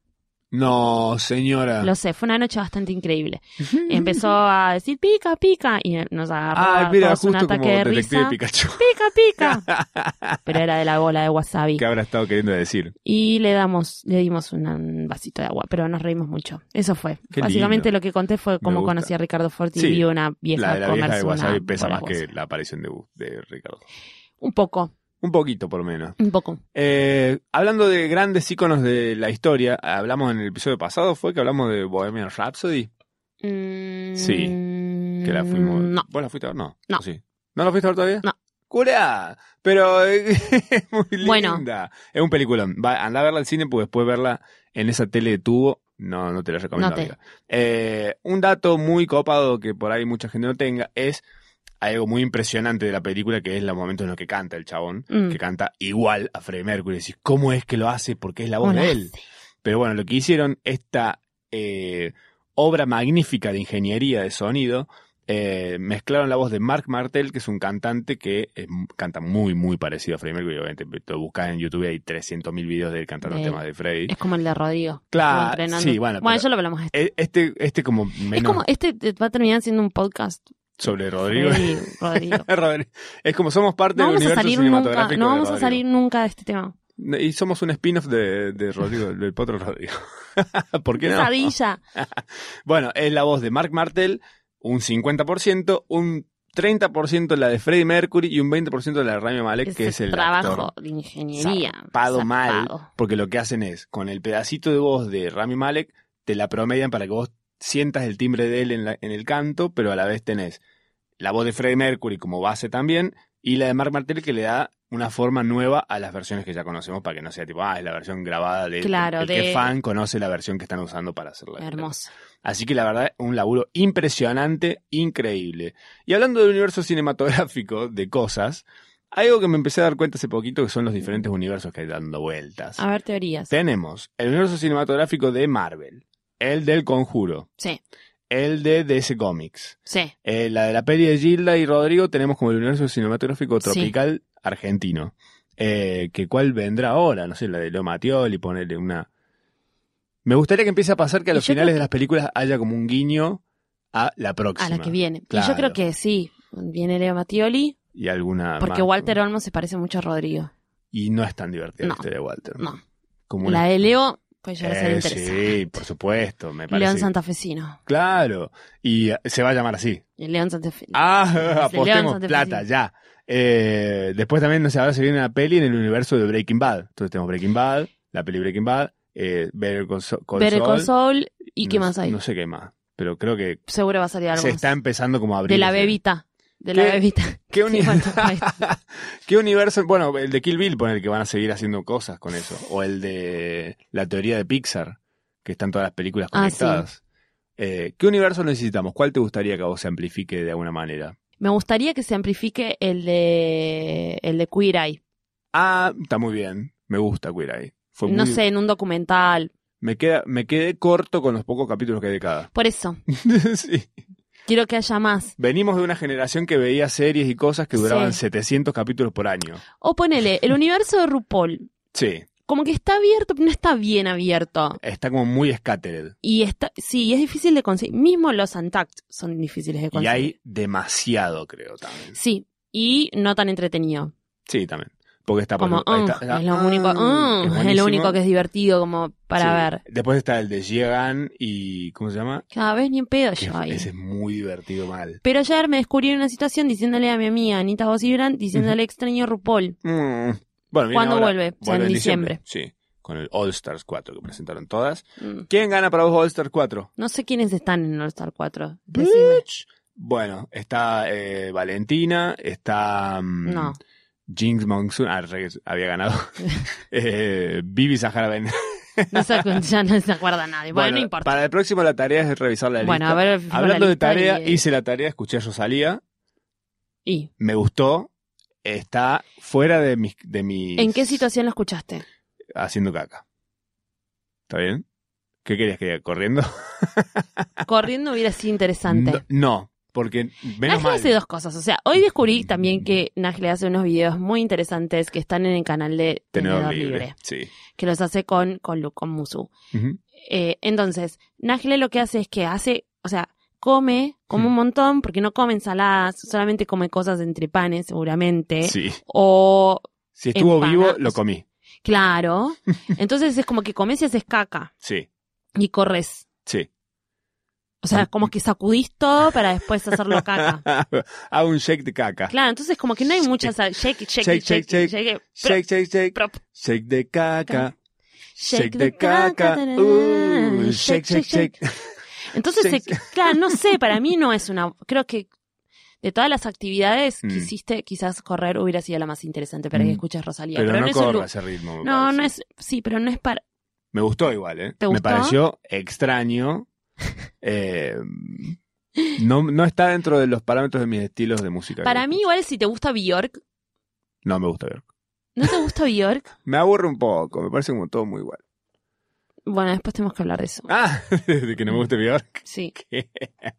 B: No, señora.
C: Lo sé, fue una noche bastante increíble. Empezó a decir pica, pica y nos agarró
B: Ay,
C: a
B: Ah, mira,
C: todos un
B: justo como
C: ataque de
B: Detective
C: risa.
B: Pikachu.
C: Pica, pica. Pero era de la bola de wasabi.
B: ¿Qué habrá estado queriendo decir?
C: Y le damos, le dimos un, un vasito de agua, pero nos reímos mucho. Eso fue.
B: Qué
C: Básicamente
B: lindo.
C: lo que conté fue cómo
B: gusta.
C: conocí a Ricardo Forti
B: Sí,
C: y vi una vieja
B: la de la vieja
C: comerse
B: de Wasabi
C: una
B: pesa
C: bola
B: más
C: de wasabi.
B: que la aparición de, de Ricardo.
C: Un poco,
B: Un poquito, por menos.
C: un poco.
B: Eh, hablando de grandes íconos de la historia, hablamos en el episodio pasado, fue que hablamos de Bohemian Rhapsody, Sí, que la fuimos...
C: Mm, No,
B: ¿Vos la fuiste a ver? No.
C: No.
B: Sí. ¿No la fuiste a ver todavía?
C: No.
B: ¡Cura! Pero eh, es muy linda.
C: Bueno.
B: Es un peliculón. Va, anda a verla al cine, porque después verla en esa tele de tubo, no, no te la recomiendo.
C: No te-
B: amiga. Eh, un dato muy copado que por ahí mucha gente no tenga es algo muy impresionante de la película, que es los momentos en los que canta el chabón,
C: Mm.
B: que canta igual a Freddie Mercury. Decís, ¿cómo es que lo hace? Porque es la voz
C: Hola.
B: de él. Pero bueno, lo que hicieron esta eh, obra magnífica de ingeniería de sonido, eh, mezclaron la voz de Mark Martel, que es un cantante que eh, m- canta muy, muy parecido a Freddie Mercury. Obviamente, tú buscas en YouTube hay 300.000 videos de él cantando
C: De él.
B: temas de Freddie.
C: Es como el de Rodrigo.
B: Claro,
C: Estuvo entrenando.
B: Ah, sí, bueno, pero-
C: ya lo hablamos. Este.
B: E- Este, este como
C: Es
B: menos
C: como, este te- va a terminar siendo un podcast.
B: sobre Rodrigo.
C: Freddy, Rodrigo.
B: Rodrigo. es como somos parte
C: No
B: del
C: vamos a
B: universo
C: salir nunca,
B: cinematográfico
C: no
B: de
C: vamos a
B: Rodrigo.
C: salir nunca de este tema.
B: Y somos un spin-off de, de Rodrigo, del potro Rodrigo. ¿Por qué no?
C: Pesadilla.
B: Bueno, es la voz de Mark Martel, un 50%, un 30% la de Freddie Mercury y un 20% la de Rami Malek, que es
C: Ese
B: el
C: trabajo
B: actor.
C: de ingeniería.
B: Zarpado mal.
C: zarpado.
B: Porque lo que hacen es, con el pedacito de voz de Rami Malek, te la promedian para que vos sientas el timbre de él en, la- en el canto, pero a la vez tenés la voz de Freddie Mercury como base también y la de Mark Martel que le da una forma nueva a las versiones que ya conocemos para que no sea tipo, ah, es la versión grabada de
C: Claro,
B: el, el
C: de-
B: que fan conoce la versión que están usando para hacerla.
C: Hermoso.
B: Así que la verdad, un laburo impresionante, increíble. Y hablando del universo cinematográfico, de cosas, hay algo que me empecé a dar cuenta hace poquito que son los diferentes universos que hay dando vueltas.
C: A ver teorías.
B: Tenemos el universo cinematográfico de Marvel, el del Conjuro,
C: Sí,
B: el de DC Comics,
C: sí.
B: eh, la de la peli de Gilda y Rodrigo tenemos como el universo cinematográfico
C: Sí.
B: tropical argentino. Eh, que cuál vendrá ahora, no sé, la de Leo Matioli, ponerle una... Me gustaría que empiece a pasar que a
C: Y
B: los
C: yo creo
B: finales
C: que-
B: de las películas haya como un guiño a la próxima.
C: A la que viene. Y yo
B: Claro.
C: creo que sí. Viene Leo Mattioli,
B: Y alguna
C: porque
B: más.
C: Walter Olmos se parece mucho a Rodrigo.
B: Y no es tan divertido
C: No.
B: este de Walter.
C: No.
B: Como una-
C: La de Leo, pues ya ser
B: Eh,
C: interesante.
B: Sí, por supuesto, me parece.
C: León Santafesino.
B: Claro. Y eh, se va a llamar así.
C: El León Santafesino.
B: Ah,
C: Desde León,
B: apostemos
C: Santa Fe,
B: plata,
C: sí.
B: ya. Eh, después también, no sé, ahora se viene una peli en el universo de Breaking Bad. Entonces tenemos Breaking Bad, la peli Breaking Bad, eh, Better Call Sa- Call
C: Better Call
B: Saul.
C: Saul, ¿y
B: No
C: qué
B: sé-
C: más hay?
B: No sé qué más, pero creo que
C: Seguro va a salir algo
B: se
C: más.
B: está empezando como a abrir.
C: De la
B: ese-
C: bebita. De la
B: ¿Qué?
C: bebita.
B: ¿Qué,
C: Sí,
B: uni-
C: bueno, pues. ahí está.
B: qué universo? Bueno, el de Kill Bill, poner que van a seguir haciendo cosas con eso. O el de la teoría de Pixar, que están todas las películas
C: Ah, sí.
B: conectadas. Eh, ¿Qué universo necesitamos? ¿Cuál te gustaría que a vos se amplifique de alguna manera?
C: Me gustaría que se amplifique el de el de Queer Eye.
B: Ah, está muy bien. Me gusta Queer Eye. Fue
C: No
B: muy-
C: sé, en un documental.
B: Me, queda, me quedé corto con los pocos capítulos que hay de cada.
C: Por eso,
B: Sí.
C: quiero que haya más.
B: Venimos de una generación que veía series y cosas que duraban
C: Sí.
B: 700 capítulos por año.
C: O ponele, el universo de RuPaul.
B: Sí,
C: Como que está abierto, pero no está bien abierto.
B: está como muy scattered.
C: Y está, sí, es difícil de conseguir. Mismo los Untucked son difíciles de
B: Y
C: conseguir.
B: hay demasiado, creo, también.
C: Sí, y no tan entretenido.
B: Sí, también. Porque está Ah, por
C: Como,
B: ejemplo, ahí
C: "Mm,
B: está- está-
C: es lo
B: ah,
C: único, mm, es, lo
B: buenísimo.
C: único que es divertido como para
B: Sí.
C: ver.
B: Después está el de Llegan y. ¿Cómo se llama?
C: Cada vez ni en pedo
B: Que
C: yo ahí.
B: ese es muy divertido mal.
C: Pero ayer me descubrí en una situación diciéndole a mi amiga Anita Bosibran, diciéndole extraño RuPaul.
B: Mm. Bueno, viene
C: ¿Cuándo
B: ahora-
C: vuelve? O sea, en diciembre.
B: Sí, con el All Stars 4 que presentaron todas.
C: Mm.
B: ¿Quién gana para vos All Stars 4?
C: No sé quiénes están en All Star 4.
B: Bitch.
C: Decime.
B: Bueno, está eh, Valentina, está mm,
C: No.
B: Jinx Monsoon, ah, re- había ganado. eh, Bibi Sahara Ben.
C: No se, acu- ya no se acuerda nadie. Bueno, no importa.
B: Para el próximo la tarea es revisar la
C: Bueno, a
B: lista.
C: ver. fijo la
B: Hablando de
C: lista
B: tarea,
C: y-
B: hice la tarea, escuché a Rosalía,
C: y-
B: me gustó, está fuera de mis... De mis
C: ¿En qué situación lo escuchaste?
B: Haciendo caca. ¿Está bien? ¿Qué querías que diga? ¿Corriendo?
C: Corriendo hubiera sido interesante.
B: No, no, porque menos
C: Nájera
B: mal.
C: hace dos cosas. O sea, hoy descubrí también que Nájera hace unos videos muy interesantes que están en el canal de
B: Tenedor
C: Tenedor
B: libre.
C: Libre,
B: Sí.
C: que los hace con, con Lu, con Musu.
B: Ujú.
C: Eh, entonces, Nájera lo que hace es que hace, o sea, come, come
B: Hmm.
C: un montón, porque no come ensaladas, solamente come cosas entre panes, seguramente.
B: Sí.
C: O,
B: Si estuvo vivo,
C: Eh, Empanadas.
B: lo comí.
C: claro. Entonces es como que comes y haces caca
B: Sí,
C: y corres.
B: sí.
C: O sea, como que sacudís todo para después hacerlo caca.
B: Hago un shake de caca.
C: Claro, entonces como que no hay muchas... Shake, shake, shake,
B: Shake, shake,
C: shake,
B: shake.
C: shake,
B: Shake, shake, shake.
C: prop.
B: Shake de caca.
C: Shake
B: Shake
C: the
B: de caca.
C: caca, tarará.
B: Uh, shake,
C: Shake,
B: shake,
C: shake.
B: shake.
C: Entonces,
B: Shake,
C: eh, claro, no sé, para mí no es una... Creo que de todas las actividades que
B: Mm.
C: hiciste, quizás correr hubiera sido la más interesante para que
B: Mm.
C: escuches Rosalía.
B: Pero no
C: es un
B: corro
C: lu-
B: a ese ritmo. me
C: No,
B: parece.
C: no es... Sí, pero no es para...
B: Me gustó igual, ¿eh?
C: ¿Te
B: Me
C: gustó?
B: pareció extraño. Eh, no, no está dentro de los parámetros de mis estilos de música.
C: Para mí igual es si te gusta Bjork.
B: No me gusta ver.
C: ¿No te gusta Bjork?
B: Me aburre un poco. Me parece como todo muy igual.
C: Bueno, después tenemos que hablar de eso.
B: Ah, de que no me guste Bjork.
C: Sí.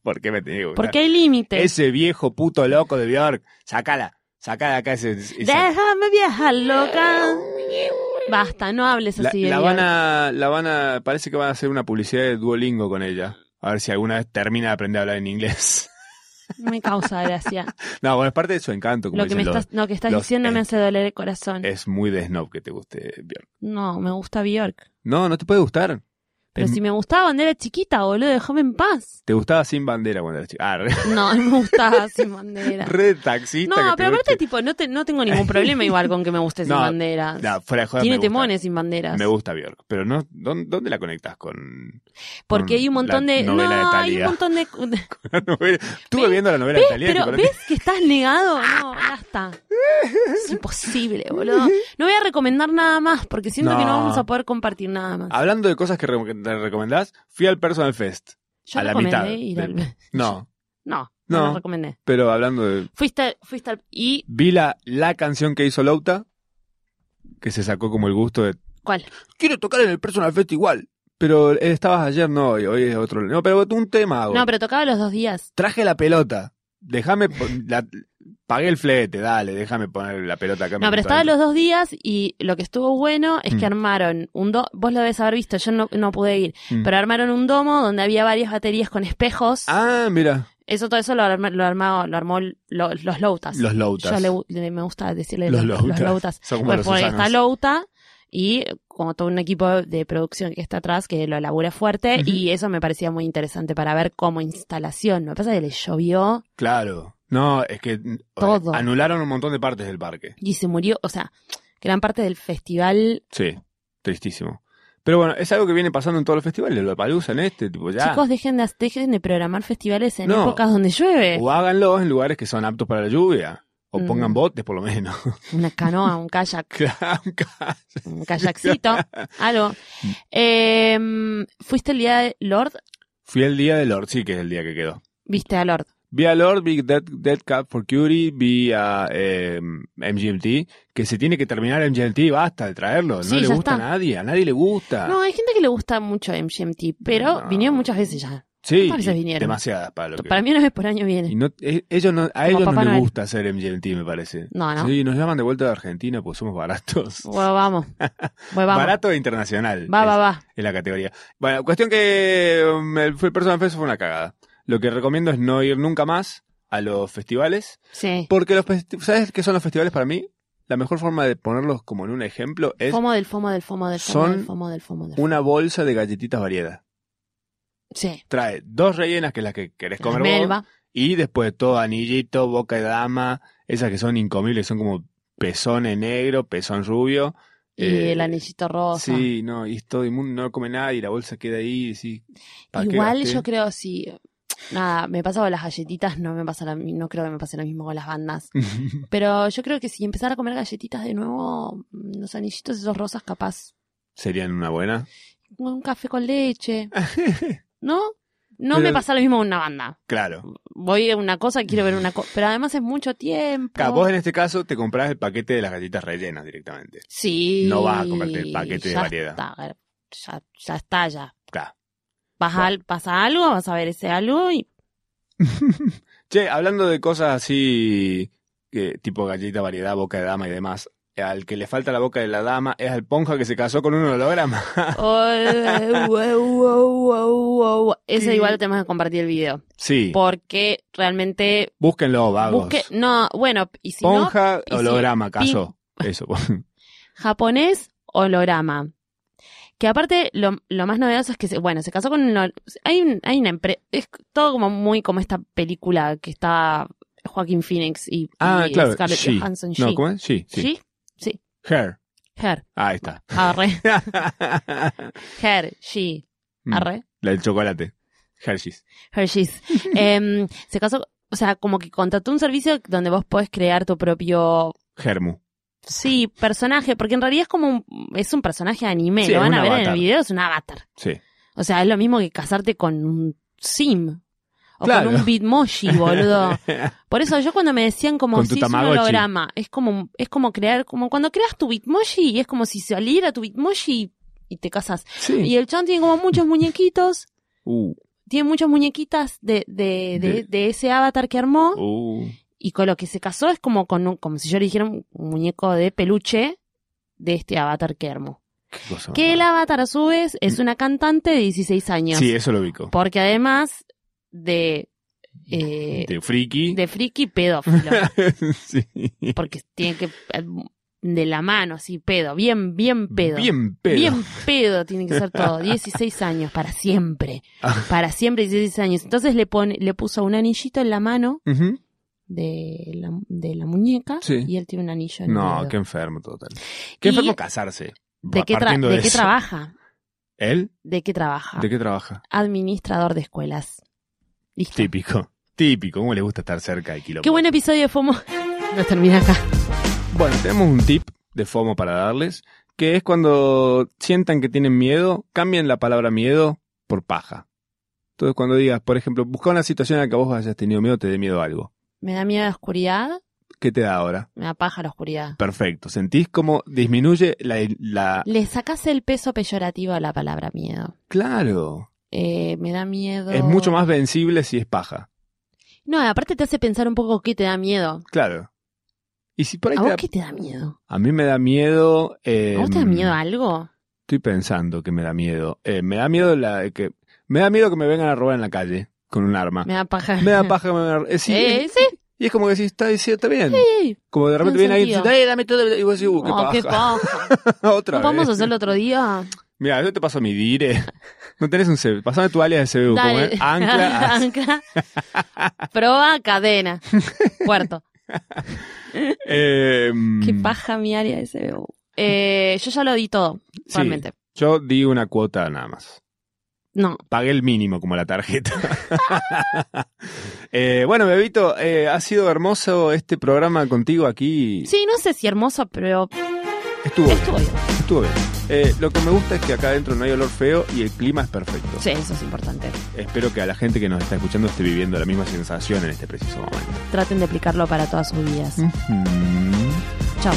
B: ¿Por qué me tenía que gustar?
C: Porque hay límites.
B: Ese viejo puto loco de Bjork. Sacala. Sacala acá ese. ese-
C: Déjame vieja loca. Basta, no hables
B: La,
C: así de
B: la
C: Bjork.
B: van a, la van a, parece que van a hacer una publicidad de Duolingo con ella. A ver si alguna vez termina de aprender a hablar en inglés.
C: No me causa gracia.
B: No, bueno, es parte de su encanto, como
C: lo que me
B: dicen los-
C: estás, lo que estás
B: los-
C: diciendo me
B: eh,
C: hace doler el corazón.
B: Es muy de snob que te guste Bjork.
C: No, me gusta Bjork.
B: No, no te puede gustar.
C: Pero
B: Em,
C: si me gustaba bandera chiquita, boludo, déjame en paz.
B: Te gustaba sin bandera cuando eras chica. Ah, re,
C: No, me gustaba sin bandera.
B: re taxista.
C: No,
B: que te
C: pero aparte,
B: guste.
C: tipo, no, te- no tengo ningún problema igual con que me guste sin
B: No,
C: banderas.
B: No, fuera de joda,
C: Tiene
B: me gusta.
C: temones sin banderas.
B: Me gusta Bjork, pero no, ¿dónde, dónde la conectas con
C: Porque hay un montón
B: La
C: de. No,
B: novela de
C: hay un
B: Thalía.
C: montón de.
B: la novela? Estuve
C: ¿Ves?
B: viendo la novela
C: ¿Ves?
B: italiana.
C: Pero ¿ves que estás negado? No, basta. Es imposible, boludo. No voy a recomendar nada más porque siento que no
B: No.
C: vamos a poder compartir nada más.
B: Hablando de cosas que re- que te recomendás, fui al Personal Fest.
C: Yo
B: a la
C: recomendé
B: mitad
C: ir
B: del-
C: al.
B: No,
C: No, no,
B: No.
C: lo recomendé.
B: pero hablando de...
C: Fuiste, fuiste al. ¿Y
B: Vi la, la canción que hizo Lauta, que se sacó como el gusto de...
C: cuál?
B: Quiero tocar en el Personal Fest igual. Pero eh, estabas ayer, no, hoy, hoy es otro... No, pero un tema hago.
C: No, pero tocaba los dos días.
B: Traje la pelota. Déjame... pon- la- Pagué el flete, dale, déjame poner la pelota acá.
C: No, pero estaba los dos días y lo que estuvo bueno es que
B: Mm.
C: armaron un do vos lo debes haber visto, yo no, no pude ir,
B: Mm.
C: pero armaron un domo donde había varias baterías con espejos.
B: Ah, mira,
C: Eso todo eso lo, arma- lo armado, lo armó lo- los loutas.
B: los Loutas.
C: Yo le gu- le- me gusta decirle
B: Los
C: los,
B: loutas.
C: los loutas.
B: Son como
C: Pues
B: los
C: porque
B: Susanos.
C: está louta y como todo un equipo de producción que está atrás que lo elabora fuerte
B: Ujú.
C: y eso me parecía muy interesante para ver cómo instalación. Lo que pasa es que le llovió
B: Claro. No, es que mm,
C: Todo.
B: anularon un montón de partes del parque.
C: y se murió, o sea, gran parte del festival.
B: Sí, tristísimo. Pero bueno, es algo que viene pasando en todos los festivales, lo palusa en este, tipo ya.
C: Chicos, dejen de, dejen de programar festivales en
B: No.
C: épocas donde llueve.
B: o háganlo en lugares que son aptos para la lluvia. O
C: eh. Mm.
B: pongan botes por lo menos.
C: Una canoa, un kayak,
B: Claro, ca-
C: un kayakcito, algo. Em, ¿Fuiste el día de Lord?
B: Fui el día de Lord, sí que es el día que quedó.
C: ¿Viste a Lord?
B: Vi a Lord, vi Dead, Dead Cat for Cutie, vi a eh, MGMT, que se tiene que terminar MGMT, basta de traerlo. No
C: Sí,
B: le
C: ya
B: gusta
C: está.
B: a nadie, a nadie le gusta.
C: No, hay gente que le gusta mucho MGMT, pero
B: Ah. No.
C: vinieron muchas veces ya.
B: sí,
C: ¿cuántas veces vinieron?
B: demasiadas para lo que...
C: Para mí una vez por año
B: Y
C: viene.
B: no- e- ellos no, a
C: Como
B: ellos no
C: Papá
B: les
C: Noel.
B: gusta hacer MGMT, me parece.
C: No, no.
B: Sí, nos llaman de vuelta de Argentina pues somos baratos.
C: Bueno, vamos. Bueno, vamos.
B: Barato e internacional.
C: va,
B: es,
C: va, va.
B: es la categoría. Bueno, cuestión que um, el fue- Personal Fest fue una cagada. Lo que recomiendo es no ir nunca más a los festivales.
C: Sí.
B: Porque los festi- ¿sabes qué son los festivales para mí? La mejor forma de ponerlos como en un ejemplo es
C: Fomo del fomo del fomo del fomo
B: Son
C: del fomo del fomo del fomo.
B: una bolsa de galletitas variedad.
C: Sí.
B: Trae dos rellenas, que es las que querés comer vos,
C: Melba.
B: Y después todo anillito, boca de dama, esas que son incomibles, son como pezón en negro, pezón rubio.
C: Y
B: eh,
C: el anillito rosa.
B: Sí, no, y todo inmundo, no come nada y la bolsa queda ahí. y sí, ¿para qué
C: Igual
B: gasté?
C: yo creo si... Nada, me pasa con las galletitas, no me pasa la- no creo que me pase lo mismo con las bandas. Pero yo creo que si empezara a comer galletitas de nuevo, mm, los anillitos esos rosas capaz.
B: Serían una buena.
C: Un café con leche. ¿No? No
B: Pero-
C: me pasa lo mismo con una banda.
B: Claro.
C: voy a una cosa, quiero ver una cosa. Pero además es mucho tiempo.
B: Claro, vos en este caso te compras el paquete de las galletas rellenas directamente.
C: Sí.
B: no vas a comprarte el paquete de
C: ya
B: variedad.
C: está, ya, ya está, ya.
B: Claro.
C: Vas a- pasa algo, vas a ver ese algo y.
B: Che, hablando de cosas así, que, tipo galleta variedad, boca de dama y demás, al que le falta la boca de la dama es al ponja que se casó con un holograma.
C: Oh, eh, wow, wow, wow, wow. Ese
B: ¿Qué?
C: igual tenemos que compartir el video.
B: Sí.
C: Porque realmente.
B: Búsquenlo, vagos.
C: Busque. No, bueno, y si no,
B: Ponja,
C: y si-
B: holograma, caso. Eso.
C: japonés holograma. Que aparte, lo, lo más novedoso es que, se- bueno, se casó con un... hol- Hay, un- hay una empresa... Es todo como muy como esta película que está Joaquín Phoenix y,
B: Ah,
C: y
B: claro.
C: Scarlett
B: She.
C: Johansson.
B: No,
C: She.
B: ¿cómo es? Sí, sí.
C: She,
B: Her.
C: Her.
B: Ahí está.
C: Arre. Her. She.
B: Mm,
C: Arre.
B: La del chocolate. Hershey's.
C: Her. She's. Em, se casó... O sea, como que contrató un servicio donde vos podés crear tu propio...
B: Germu.
C: Sí, personaje. Porque en realidad es como un... Es un personaje de anime.
B: Sí,
C: Lo
B: es
C: van
B: un
C: a ver en
B: avatar.
C: el video. Es un avatar.
B: Sí.
C: O sea, es lo mismo que casarte con un sim. O
B: Claro.
C: con un bitmoji, boludo. Por eso yo cuando me decían como
B: Con tu
C: si es un
B: Tamagotchi.
C: holograma, es como, es como crear, como cuando creas tu bitmoji y es como si saliera tu bitmoji y te casas.
B: sí.
C: Y el chan tiene como muchos muñequitos,
B: Uh,
C: tiene muchas muñequitas de, de, de,
B: De-
C: de ese avatar que armó
B: uh.
C: y con lo que se casó es como con un- como si yo le dijera un un muñeco de peluche de este avatar que armó.
B: Qué cosa. más
C: Que el
B: rara.
C: avatar a su vez es una cantante de 16 años.
B: Sí, eso lo ubico.
C: Porque además de, eh,
B: De friki.
C: de friki pedófilo,
B: sí.
C: porque tiene que eh, de la mano, sí, pedo, bien, bien pedo.
B: Bien pedo.
C: Bien pedo tiene que ser todo. 16 años, para siempre.
B: Ah.
C: Para siempre 16 años. Entonces le, pone, le puso un anillito en la mano
B: Ujú.
C: de la, de la muñeca
B: Sí.
C: y él tiene un anillo en el
B: No,
C: dedo.
B: qué enfermo total. Qué
C: Y-
B: enfermo casarse.
C: ¿De, qué, tra-
B: Partiendo
C: de
B: de
C: qué
B: eso.
C: trabaja? Ah.
B: ¿Él?
C: ¿De qué trabaja?
B: ¿De qué trabaja?
C: Administrador de escuelas. Listo.
B: Típico. Típico. ¿Cómo le gusta estar cerca de kilómetros?
C: Qué buen episodio de FOMO. Nos termina acá.
B: Bueno, tenemos un tip de FOMO para darles, que es cuando sientan que tienen miedo, cambien la palabra miedo por paja. Entonces, cuando digas, por ejemplo, busca una situación en la que vos hayas tenido miedo, te dé miedo algo.
C: Me da miedo la oscuridad,
B: ¿Qué te da ahora?
C: me da paja la oscuridad.
B: Perfecto. Sentís cómo disminuye la... la-
C: Le sacás el peso peyorativo a la palabra miedo.
B: Claro.
C: Eh, me da miedo.
B: Es mucho más vencible si es paja.
C: No, aparte te hace pensar un poco qué te da miedo.
B: Claro. Y si por ahí
C: ¿A
B: te
C: Ah, vos
B: da-
C: qué te da miedo?
B: A mí me da miedo... Eh,
C: ¿A vos te da miedo algo?
B: Estoy pensando que me da miedo. Eh, me da miedo la que me da miedo que me vengan a robar en la calle con un arma.
C: Me da paja.
B: Me da paja que me vengan a robar. Eh, sí,
C: Eh,
B: es-
C: sí,
B: y es como que si está diciendo, está bien.
C: sí.
B: Como de repente viene
C: tiene
B: alguien y
C: sentido.
B: dice, "Eh, dame todo. Y vos decís, uh, qué
C: Oh,
B: paja.
C: qué paja.
B: Otra
C: ¿No podemos
B: vez.
C: hacerlo otro día?
B: Mira, yo te paso mi dire. No tenés un CV. Pasame tu alias de CBU. como es Ancla.
C: Ancla. Proa, cadena. Cuarto.
B: Eh,
C: Qué
B: mm,
C: paja mi área de CBU. Eh, yo ya lo di todo,
B: sí,
C: realmente.
B: yo di una cuota nada más.
C: No,
B: Pagué el mínimo como la tarjeta. Eh, bueno, Bebito, eh, ha sido hermoso este programa contigo aquí.
C: Sí, no sé si hermoso, pero
B: Estuvo bien.
C: estuvo bien.
B: Estuvo bien. Eh, lo que me gusta es que acá adentro no hay olor feo y el clima es perfecto.
C: Sí, eso es importante.
B: Espero que a la gente que nos está escuchando esté viviendo la misma sensación en este preciso momento. Mm.
C: Traten de aplicarlo para todas sus vidas. Chao.